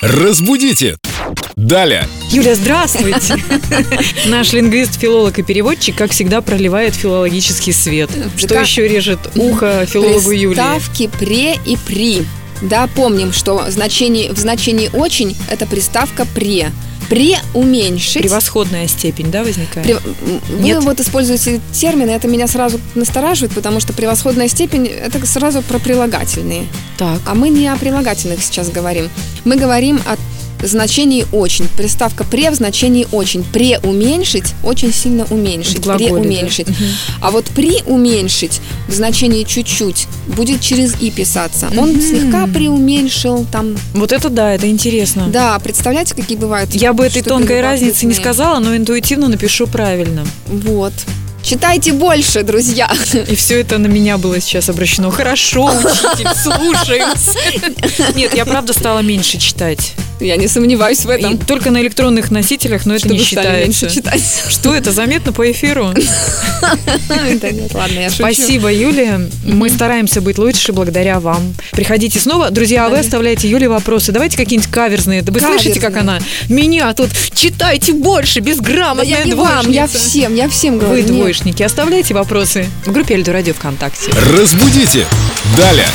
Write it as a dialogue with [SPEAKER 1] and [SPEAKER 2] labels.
[SPEAKER 1] Разбудите! Далее!
[SPEAKER 2] Юля, здравствуйте. Наш лингвист, филолог и переводчик, как всегда, проливает филологический свет. Что
[SPEAKER 3] как-
[SPEAKER 2] еще режет ухо филологу Юлии?
[SPEAKER 3] Приставки «пре» и «при». Да, помним, что значение, в значении «очень» это приставка «пре». «Пре» – уменьшить.
[SPEAKER 2] Превосходная степень, да, возникает?
[SPEAKER 3] Пре- м, Вы
[SPEAKER 2] Нет.
[SPEAKER 3] вот используете термины, это меня сразу настораживает, потому что превосходная степень – это сразу про прилагательные.
[SPEAKER 2] Так.
[SPEAKER 3] А мы не о прилагательных сейчас говорим. Мы говорим о значении «очень». Приставка «пре» в значении «очень». «Пре» – уменьшить, очень сильно
[SPEAKER 2] В
[SPEAKER 3] уменьшить.
[SPEAKER 2] глаголе,
[SPEAKER 3] «Пре»
[SPEAKER 2] да.
[SPEAKER 3] уменьшить.
[SPEAKER 2] Мгм.
[SPEAKER 3] А вот при уменьшить в значении чуть-чуть будет через и писаться. Он
[SPEAKER 2] Мгм.
[SPEAKER 3] слегка приуменьшил там.
[SPEAKER 2] Вот это да, это интересно.
[SPEAKER 3] Да, представляете, какие бывают.
[SPEAKER 2] Я бы этой
[SPEAKER 3] штуки
[SPEAKER 2] тонкой разницы не
[SPEAKER 3] любопытные.
[SPEAKER 2] сказала, но интуитивно напишу правильно.
[SPEAKER 3] Вот. Читайте больше, друзья.
[SPEAKER 2] И все это на меня было сейчас обращено. Хорошо, учитель, слушаюсь. Нет, я правда стала меньше читать.
[SPEAKER 3] Я не сомневаюсь в
[SPEAKER 2] И
[SPEAKER 3] этом.
[SPEAKER 2] только на электронных носителях, но это
[SPEAKER 3] что
[SPEAKER 2] не
[SPEAKER 3] вы стали меньше
[SPEAKER 2] считается.
[SPEAKER 3] читать.
[SPEAKER 2] Что это заметно по эфиру?
[SPEAKER 3] Да нет, ладно, я шучу.
[SPEAKER 2] Спасибо, Юлия. Мы стараемся быть лучше благодаря вам. Приходите снова. Друзья, а вы оставляете Юле вопросы. Давайте какие-нибудь каверзные. Да вы слышите, как она?
[SPEAKER 3] Каверзные.
[SPEAKER 2] Меня тут читайте больше,
[SPEAKER 3] Да
[SPEAKER 2] безграмотная
[SPEAKER 3] я не вам, я
[SPEAKER 2] двоечница».
[SPEAKER 3] всем, я всем говорю.
[SPEAKER 2] Вы
[SPEAKER 3] Нет.
[SPEAKER 2] двоечники. Оставляйте вопросы в группе Эльдо Радио ВКонтакте.
[SPEAKER 1] Разбудите! Далее!